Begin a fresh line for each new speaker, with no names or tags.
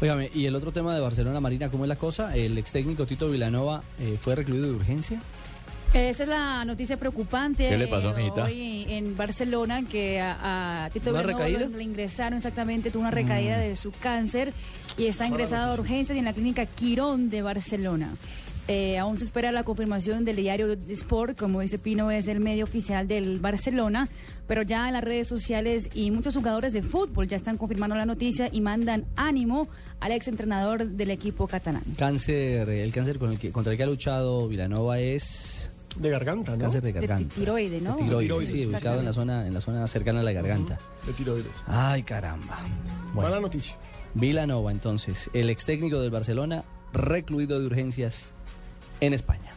Óigame, y el otro tema de Barcelona Marina, ¿cómo es la cosa? El ex técnico Tito Vilanova eh, fue recluido de urgencia.
Esa es la noticia preocupante.
¿Qué le pasó,
eh,
mijita?
Hoy en Barcelona, que a, a Tito
¿Una
Vilanova
recaída?
lo- le ingresaron exactamente, tuvo una
Mm.
recaída de su cáncer y está ingresado a urgencias y en la clínica Quirón de Barcelona. Eh, aún se espera la confirmación del diario Sport, como dice Pino, es el medio oficial del Barcelona, pero ya en las redes sociales y muchos jugadores de fútbol ya están confirmando la noticia y mandan ánimo al ex entrenador del equipo catalán.
Cáncer, eh, el cáncer con el que, contra el que ha luchado Vilanova es
De garganta, ¿no?
cáncer de
De
garganta.
tiroide, ¿no?
De tiroides,
Tiroides,
sí, ubicado en la
exactamente.
zona, en la zona cercana a la garganta.
De tiroides.
Ay, caramba.
Mala
Bueno,
noticia.
Vilanova entonces, el ex técnico del Barcelona, recluido de urgencias en España.